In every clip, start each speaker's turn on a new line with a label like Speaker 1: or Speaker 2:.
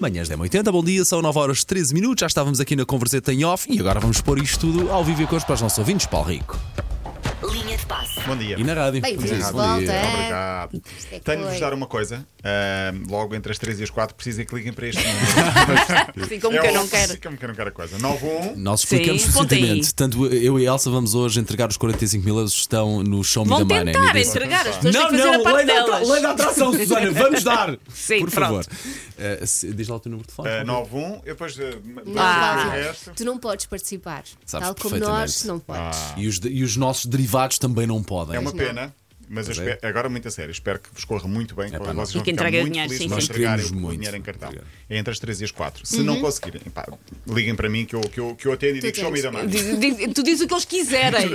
Speaker 1: Manhãs da 80 bom dia, são 9 horas 13 minutos, já estávamos aqui na Converseta em off e agora vamos pôr isto tudo ao vivo e a cores para os nossos ouvintes, Paulo Rico.
Speaker 2: Linha de passe.
Speaker 3: Bom dia.
Speaker 1: E na rádio.
Speaker 4: Bem-vindos
Speaker 1: Vamos a isso, bom
Speaker 4: de
Speaker 1: dia.
Speaker 4: volta.
Speaker 3: Obrigado.
Speaker 4: é que
Speaker 3: Tenho de vos
Speaker 4: foi.
Speaker 3: dar uma coisa. Ahm, logo entre as 3 e as 4, precisa que liguem para este número. É
Speaker 4: Assim
Speaker 1: É
Speaker 4: como
Speaker 1: um
Speaker 4: que eu não quero.
Speaker 3: Como que eu não quero a coisa. 91.
Speaker 1: Nós explicamos
Speaker 2: Sim, aponta aí.
Speaker 1: precisamente. Tanto eu e a Elsa vamos hoje entregar os 45 mil euros que estão no Show Me
Speaker 2: Vão
Speaker 1: the Money.
Speaker 2: tentar
Speaker 1: Ninguém sabe.
Speaker 2: entregar, as pessoas têm que fazer a parte delas.
Speaker 1: lei da atração, Susana, vamos dar!
Speaker 2: Sim,
Speaker 1: Por
Speaker 2: pronto.
Speaker 1: favor. Eh, se- diz lá o teu número de telefone.
Speaker 3: ah, 91. Eu depois. ah, depois
Speaker 4: Ah.
Speaker 3: o resto. É
Speaker 4: Tu não podes participar.
Speaker 1: Sabes
Speaker 4: Tal como
Speaker 1: perfeitamente.
Speaker 4: nós, não podes.
Speaker 3: Ah.
Speaker 1: E os, de- e os nossos derivados também não podem.
Speaker 3: É uma
Speaker 4: Não.
Speaker 3: pena. Mas eu espero, agora muito a sério, espero que vos corra muito bem, que
Speaker 1: é. pá,
Speaker 3: vocês
Speaker 1: nós-
Speaker 3: vão
Speaker 2: E que
Speaker 3: ficar
Speaker 2: entreguem o
Speaker 3: muito
Speaker 2: dinheiro,
Speaker 3: felizes
Speaker 2: sim,
Speaker 3: quando
Speaker 2: sim.
Speaker 3: entregarem
Speaker 1: Nós
Speaker 3: o
Speaker 1: queremos
Speaker 3: dinheiro em
Speaker 1: muito.
Speaker 3: cartão.
Speaker 1: Obrigado.
Speaker 3: É entre as 3 e as 4. Se não conseguirem, pá, liguem para mim que eu, que eu, que é eu atendo e digo show me
Speaker 4: tens-
Speaker 3: da mãe.
Speaker 2: Diz- diz- Tu dizes o que eles quiserem.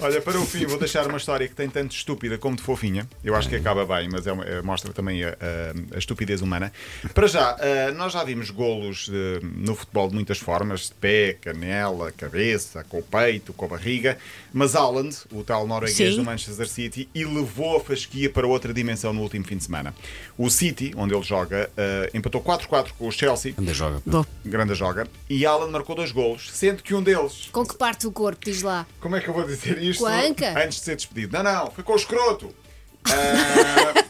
Speaker 3: Olha, para o fim, vou deixar uma história que tem tanto de estúpida como de fofinha. Eu acho que acaba bem, mas é uma- é- mostra também a, a- a estupidez humana. Para já, eh, nós já vimos golos eh, no futebol de muitas formas: de pé, canela, cabeça, com o peito, com a barriga. Mas Haaland, o tal norueguês
Speaker 2: Sim.
Speaker 3: do Manchester City, elevou a fasquia para outra dimensão no último fim de semana. O City, onde ele joga, eh, empatou 4-4 com o Chelsea.
Speaker 1: Anda, joga. pá.
Speaker 2: Bom,
Speaker 3: Grande joga. E Haaland marcou dois golos, sendo que um deles
Speaker 4: Com que parte do corpo, diz lá?
Speaker 3: como é que eu vou dizer isto
Speaker 4: Com a anca?
Speaker 3: antes de ser despedido? Não, não, foi com o escroto. Ah,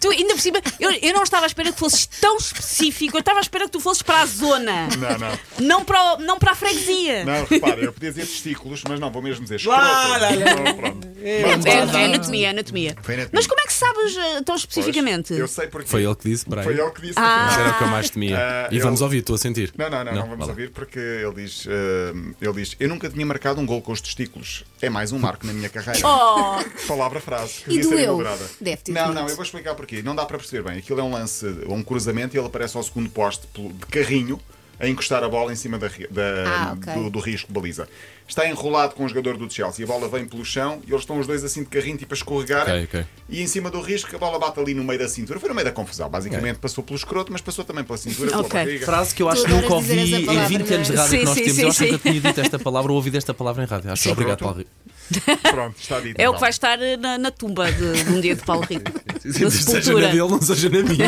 Speaker 2: tu ainda por cima, eu, eu não estava à espera que fosses tão específico, eu estava à espera que tu fosses para a zona,
Speaker 3: não, não.
Speaker 2: não para, o- não para a freguesia.
Speaker 3: Não, repara, eu podia dizer testículos, mas não, vou mesmo dizer escroto.
Speaker 1: Lá, lá, lá.
Speaker 3: Não, pronto.
Speaker 2: É,
Speaker 3: Vamos
Speaker 2: é-
Speaker 3: lá.
Speaker 2: é anatomia, é anatomia.
Speaker 3: Foi anatomia.
Speaker 2: Mas como é que sabes eh, tão
Speaker 3: Pois,
Speaker 2: especificamente?
Speaker 3: Eu sei porque.
Speaker 1: Foi ele que disse, peraí.
Speaker 3: Foi ele que disse.
Speaker 1: Mas era o que eu mais temia.
Speaker 3: Ah,
Speaker 1: e
Speaker 3: eu-
Speaker 1: vamos ouvir, estou a sentir.
Speaker 3: Não, não, não, não, vamos
Speaker 1: vá lá.
Speaker 3: ouvir porque ele diz, ah, ele diz: Eu nunca tinha marcado um gol com os testículos. É mais um marco na minha carreira.
Speaker 2: Oh,
Speaker 3: Palavra frase. que
Speaker 4: E
Speaker 3: devia ser
Speaker 4: doeu.
Speaker 3: elaborada.
Speaker 4: Deve ter
Speaker 3: Não,
Speaker 4: doído.
Speaker 3: não, eu vou explicar porquê. Não dá para perceber bem. Aquilo é um lance, um cruzamento e ele aparece ao segundo poste pelo- de carrinho a encostar a bola em cima da, ri- da-
Speaker 4: Ah, ok.
Speaker 3: do, do risco de baliza. Está enrolado com o jogador do Chelsea. A bola vem pelo chão e eles estão os dois assim de carrinho, tipo a escorregar.
Speaker 1: Ok, ok.
Speaker 3: E em cima do risco, a bola bate ali no meio da cintura. Foi no meio da confusão. Basicamente
Speaker 1: É.
Speaker 3: passou pelo escroto, mas passou também pela cintura, pela
Speaker 2: Ok.
Speaker 3: barriga.
Speaker 1: Frase que eu acho
Speaker 4: Tu
Speaker 1: que nunca
Speaker 4: adoras dizer
Speaker 1: ouvi
Speaker 4: essa
Speaker 1: em
Speaker 4: palavra,
Speaker 1: 20 anos de
Speaker 4: não é?
Speaker 1: rádio que
Speaker 2: Sim,
Speaker 1: nós
Speaker 2: sim,
Speaker 1: temos.
Speaker 2: sim,
Speaker 1: eu acho que
Speaker 2: sim.
Speaker 1: nunca tinha dito esta palavra ou ouvido esta palavra em rádio. Acho obrigado,
Speaker 3: pronto.
Speaker 1: Paulo Rico.
Speaker 3: Pronto, está dito.
Speaker 2: é o
Speaker 3: então.
Speaker 2: que vai estar eh, na, na tumba de, de um dia de Paulo Rico. Na
Speaker 1: Seja na
Speaker 2: sepultura.
Speaker 1: dele, não seja na minha.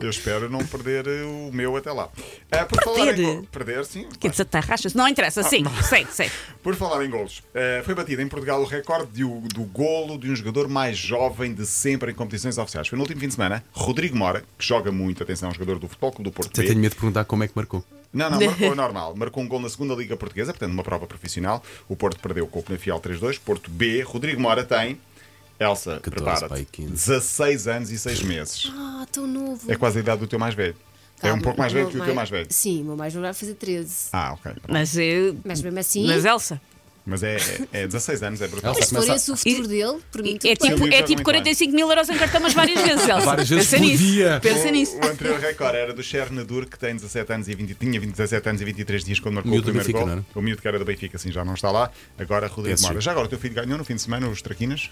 Speaker 3: Eu espero não perder eh, o meu até lá. Ah, por Falar
Speaker 2: Perder?
Speaker 3: em... gol- Perder, sim.
Speaker 2: Que desatarracha-se. Não interessa, sim,
Speaker 1: Ah,
Speaker 2: sei, sei.
Speaker 3: Por falar em golos, eh, foi batido em Portugal o recorde de o- do golo de um jogador mais jovem de sempre em competições oficiais. Foi no último fim de semana, Rodrigo Mora, que joga muito, atenção, é um jogador do Futebol Clube do Porto.
Speaker 1: Até
Speaker 3: B.
Speaker 1: tenho medo de perguntar como é que marcou.
Speaker 3: Não, não, marcou normal. Marcou um gol na segunda Liga Portuguesa, portanto, numa prova profissional. O Porto perdeu com o Penafiel 3-2. Porto B, Rodrigo Mora tem. Elsa,
Speaker 1: 14, pai,
Speaker 3: prepara-te.
Speaker 1: 15.
Speaker 3: 16 anos e 6 meses.
Speaker 4: Ah, tão novo.
Speaker 3: É quase a idade do teu mais velho. É
Speaker 2: Tá,
Speaker 3: um
Speaker 4: Calma,
Speaker 3: pouco mais velho
Speaker 4: meu
Speaker 3: que o teu mais velho.
Speaker 4: Sim, o meu mais velho vai fazer 13.
Speaker 3: Ah, ok.
Speaker 2: Mas, eh,
Speaker 4: Mas mesmo assim,
Speaker 2: mas Elsa,
Speaker 3: Mas é, é, é 16 anos, é brutal.
Speaker 1: Elsa,
Speaker 4: se for
Speaker 1: Começa-
Speaker 4: esse o futuro dele, por mim,
Speaker 2: é
Speaker 4: tudo bem.
Speaker 2: tipo, é
Speaker 3: Joga
Speaker 2: tipo
Speaker 3: muito
Speaker 2: 45 mil euros em cartão, mas várias vezes, Elsa.
Speaker 1: Várias vezes
Speaker 2: Pensa
Speaker 1: por
Speaker 2: nisso.
Speaker 1: dia.
Speaker 2: Pensa
Speaker 3: O-
Speaker 2: nisso.
Speaker 3: O anterior recorde era do Chernadur, que tem 17 anos e 20, tinha 17 anos e 23 dias quando marcou o,
Speaker 1: Miúdo do
Speaker 3: primeiro
Speaker 1: Benfica,
Speaker 3: gol.
Speaker 1: não é?
Speaker 3: O miúdo que era do Benfica, assim, já não está lá. Agora Rodrigo
Speaker 1: PSG.
Speaker 3: Mora. Já agora o teu filho ganhou no fim de semana os traquinas?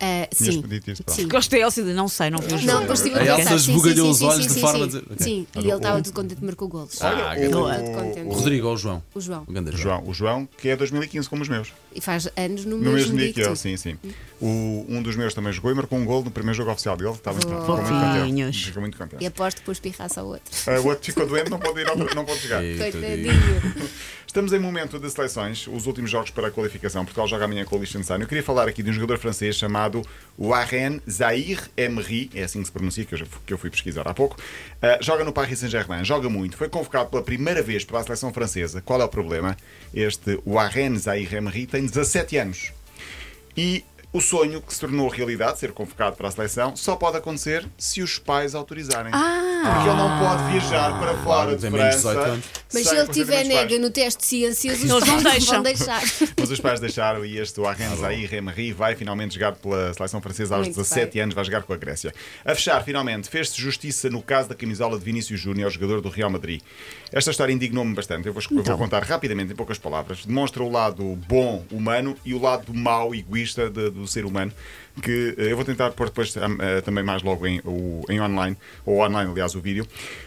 Speaker 4: Ah,
Speaker 3: Tinhas
Speaker 4: sim.
Speaker 3: pedido isto, pronto.
Speaker 4: sim.
Speaker 2: Gostei, Elsa, de não sei, não vi os
Speaker 4: Não,
Speaker 2: jogos.
Speaker 4: depois estive a
Speaker 1: A Elsa
Speaker 4: pensar. sim, sim,
Speaker 1: esbugalhou
Speaker 4: sim,
Speaker 1: os
Speaker 4: sim,
Speaker 1: olhos
Speaker 4: sim,
Speaker 1: de
Speaker 4: sim,
Speaker 1: forma
Speaker 4: Sim,
Speaker 1: de- Ok.
Speaker 4: Sim, e ele estava tudo contente, marcou golos.
Speaker 1: Ah,
Speaker 3: o-
Speaker 1: grande.
Speaker 4: Muito contente.
Speaker 3: o-
Speaker 1: Rodrigo ou João?
Speaker 4: O João.
Speaker 1: O grande João.
Speaker 3: João, o João, que é 2015 como os meus.
Speaker 4: E faz anos no,
Speaker 3: No mesmo dia que
Speaker 4: tu.
Speaker 3: eu, sim, sim. O, um dos meus também jogou e marcou um gol no primeiro jogo oficial dele. Tá Estava ficou muito contente.
Speaker 2: Fofinhos.
Speaker 3: Ficou muito
Speaker 4: E
Speaker 3: contente.
Speaker 4: aposto que depois pirraça ao outro.
Speaker 3: Ah, o outro ficou doente, não pode ir, ao- não pode jogar.
Speaker 1: E-
Speaker 4: Coitadinho.
Speaker 3: Estamos em momento de seleções, os últimos jogos para a qualificação. Portugal joga amanhã com o Liechtenstein. Eu queria falar aqui de um jogador francês chamado Warren Zahir Emery, é assim que se pronuncia, que eu, já fu- que eu fui pesquisar há pouco. Ah, joga no Paris Saint-Germain, joga muito. Foi convocado pela primeira vez pela seleção francesa. Qual é o problema? Este Warren Zahir Emery tem 17 anos. E o sonho que se tornou realidade, ser convocado para a seleção, só pode acontecer se os pais autorizarem.
Speaker 4: Ah!
Speaker 3: Porque ele não pode viajar para fora de
Speaker 1: Ah, tem menos de 18
Speaker 3: França.
Speaker 1: anos.
Speaker 4: Mas se
Speaker 3: sem
Speaker 4: ele
Speaker 3: consentimento
Speaker 4: tiver
Speaker 3: dos pais.
Speaker 4: nega no teste de ciências, os
Speaker 2: Eles não
Speaker 4: pais não
Speaker 2: deixam.
Speaker 4: vão deixar.
Speaker 3: Mas os pais deixaram e este Arrenzai Remery vai finalmente jogar pela seleção francesa aos
Speaker 4: Muito
Speaker 3: 17
Speaker 4: bem.
Speaker 3: anos, vai jogar com a Grécia. A fechar, finalmente, fez-se justiça no caso da camisola de Vinícius Júnior, jogador do Real Madrid. Esta história indignou-me bastante. Eu vou, eu vou contar rapidamente, em poucas palavras. Demonstra o lado bom humano e o lado mau egoísta de- do ser eh, humano. Que eh, eu vou tentar pôr depois ah, ah, também mais logo em, o- em online, ou online, aliás, nós o vídeo.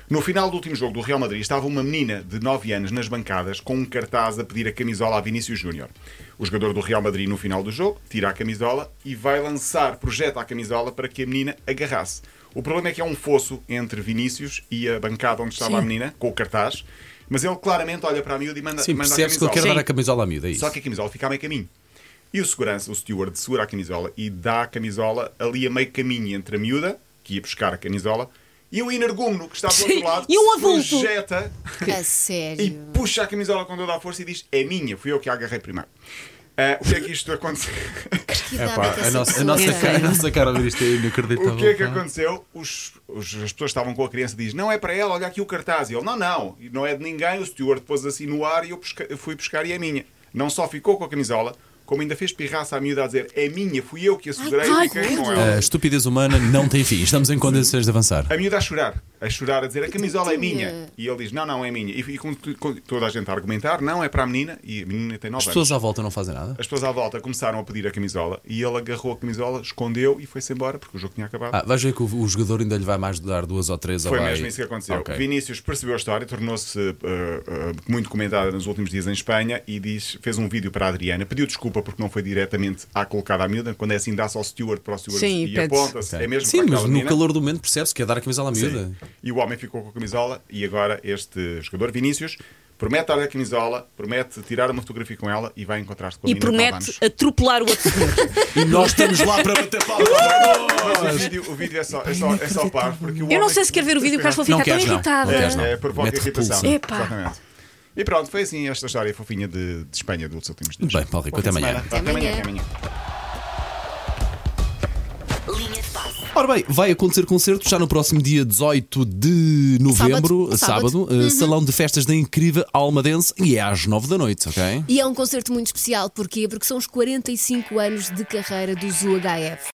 Speaker 3: No final do último jogo do Real Madrid estava uma menina de 9 anos nas bancadas com um cartaz a pedir a camisola a Vinícius Júnior. O jogador do Real Madrid, no final do jogo, tira a camisola e vai lançar, projeta a camisola para que a menina agarrasse. O problema é que há um fosso entre Vinícius e a bancada onde estava
Speaker 2: Sim.
Speaker 3: a menina, com o cartaz, mas ele claramente olha para a miúda e manda,
Speaker 1: Sim,
Speaker 3: manda a
Speaker 1: percebes que
Speaker 3: camisola.
Speaker 1: ele quer
Speaker 2: Sim.
Speaker 1: dar a camisola à miúda, é isso.
Speaker 3: Só que a camisola fica a meio caminho. E o segurança, o steward, segura a camisola e dá a camisola ali a meio caminho entre a miúda, que ia buscar a camisola, e o energúmeno, que está do outro
Speaker 2: Sim,
Speaker 3: lado,
Speaker 2: e um adulto.
Speaker 3: projeta
Speaker 4: A
Speaker 3: e
Speaker 4: sério.
Speaker 3: puxa a camisola com toda a força e diz: É minha, fui eu que a agarrei primeiro. Ah, o que é que isto aconteceu?
Speaker 4: Que
Speaker 1: É
Speaker 4: idade
Speaker 1: pá,
Speaker 4: é que
Speaker 1: a,
Speaker 4: essa
Speaker 1: nossa, a,
Speaker 4: pessoa
Speaker 1: nossa
Speaker 4: tem?
Speaker 1: cara, a nossa cara a ver isto é inacreditável.
Speaker 3: o que é que
Speaker 1: pá.
Speaker 3: aconteceu? Os, os- as pessoas estavam com a criança e diz: Não é para ela, olha aqui o cartaz. E ele: Não, não, não é de ninguém. O steward pôs assim no ar e eu pesca- eu fui buscar e é minha. Não só ficou com a camisola, como ainda fez pirraça à miúda a dizer: É minha, fui eu que a segurei
Speaker 2: ai,
Speaker 3: e fiquei com
Speaker 2: que
Speaker 3: ela.
Speaker 1: A estupidez humana não tem fim. Estamos em condições de avançar.
Speaker 3: A miúda a chorar, a chorar, a dizer a camisola é
Speaker 4: tadinha.
Speaker 3: minha. E ele diz: Não, não, é minha. E, e com, com toda a gente a argumentar: Não, é para a menina. E a menina tem 9
Speaker 1: As
Speaker 3: anos.
Speaker 1: pessoas à volta não fazem nada.
Speaker 3: As pessoas à volta começaram a pedir a camisola e ele agarrou a camisola, escondeu e foi-se embora porque o jogo tinha acabado.
Speaker 1: Ah, vais ver que o, o jogador ainda lhe vai mais dar duas ou três
Speaker 3: Foi
Speaker 1: ou vai...
Speaker 3: mesmo isso que aconteceu.
Speaker 1: Ok.
Speaker 3: Vinícius percebeu a história, tornou-se eh, eh, muito comentada nos últimos dias em Espanha e diz, fez um vídeo para a Adriana, pediu desculpa porque não foi diretamente à colocada à miúda, quando é assim dá-se ao Stewart para o Stewart
Speaker 2: Sim,
Speaker 3: e
Speaker 2: pede-se.
Speaker 3: aponta-se.
Speaker 1: Ok.
Speaker 3: É mesmo
Speaker 1: Sim,
Speaker 3: para
Speaker 1: mas
Speaker 3: aquela
Speaker 1: no
Speaker 3: menina.
Speaker 1: calor do momento percebes que é dar a camisola à miúda.
Speaker 3: Sim. E o homem ficou com a camisola e agora este jogador, Vinícius, promete dar a camisola, promete tirar uma fotografia com ela e vai encontrar-se com a
Speaker 2: E
Speaker 3: menina de nove anos.
Speaker 2: promete atropelar o outro.
Speaker 1: E nós estamos lá para bater palmas.
Speaker 3: Mas o vídeo, o vídeo é só, é só, é só par, porque o
Speaker 2: Eu não
Speaker 3: homem-
Speaker 2: sei se quer ver o vídeo porque acho que vou
Speaker 1: Não
Speaker 2: ficar tão
Speaker 1: queres, não.
Speaker 2: irritada.
Speaker 1: Não queres, não.
Speaker 3: É, provoca
Speaker 1: Mete
Speaker 3: irritação.
Speaker 1: repulsa.
Speaker 2: Epá.
Speaker 3: Exatamente. E pronto, foi assim esta história fofinha de, de Espanha dos últimos dias.
Speaker 1: Bem, Paulo Rico,
Speaker 3: Boa
Speaker 1: até
Speaker 3: fim de
Speaker 1: amanhã.
Speaker 3: semana. Até amanhã. Até amanhã.
Speaker 5: Linha de passe.
Speaker 1: Ora bem, vai acontecer concerto já no próximo dia 18 de novembro,
Speaker 4: Sábado.
Speaker 1: sábado, eh, Salão de Festas da Incrível Almadense e é às 9 da noite, ok?
Speaker 4: E é um concerto muito especial, porquê? Porque são os 45 anos de carreira dos UHF.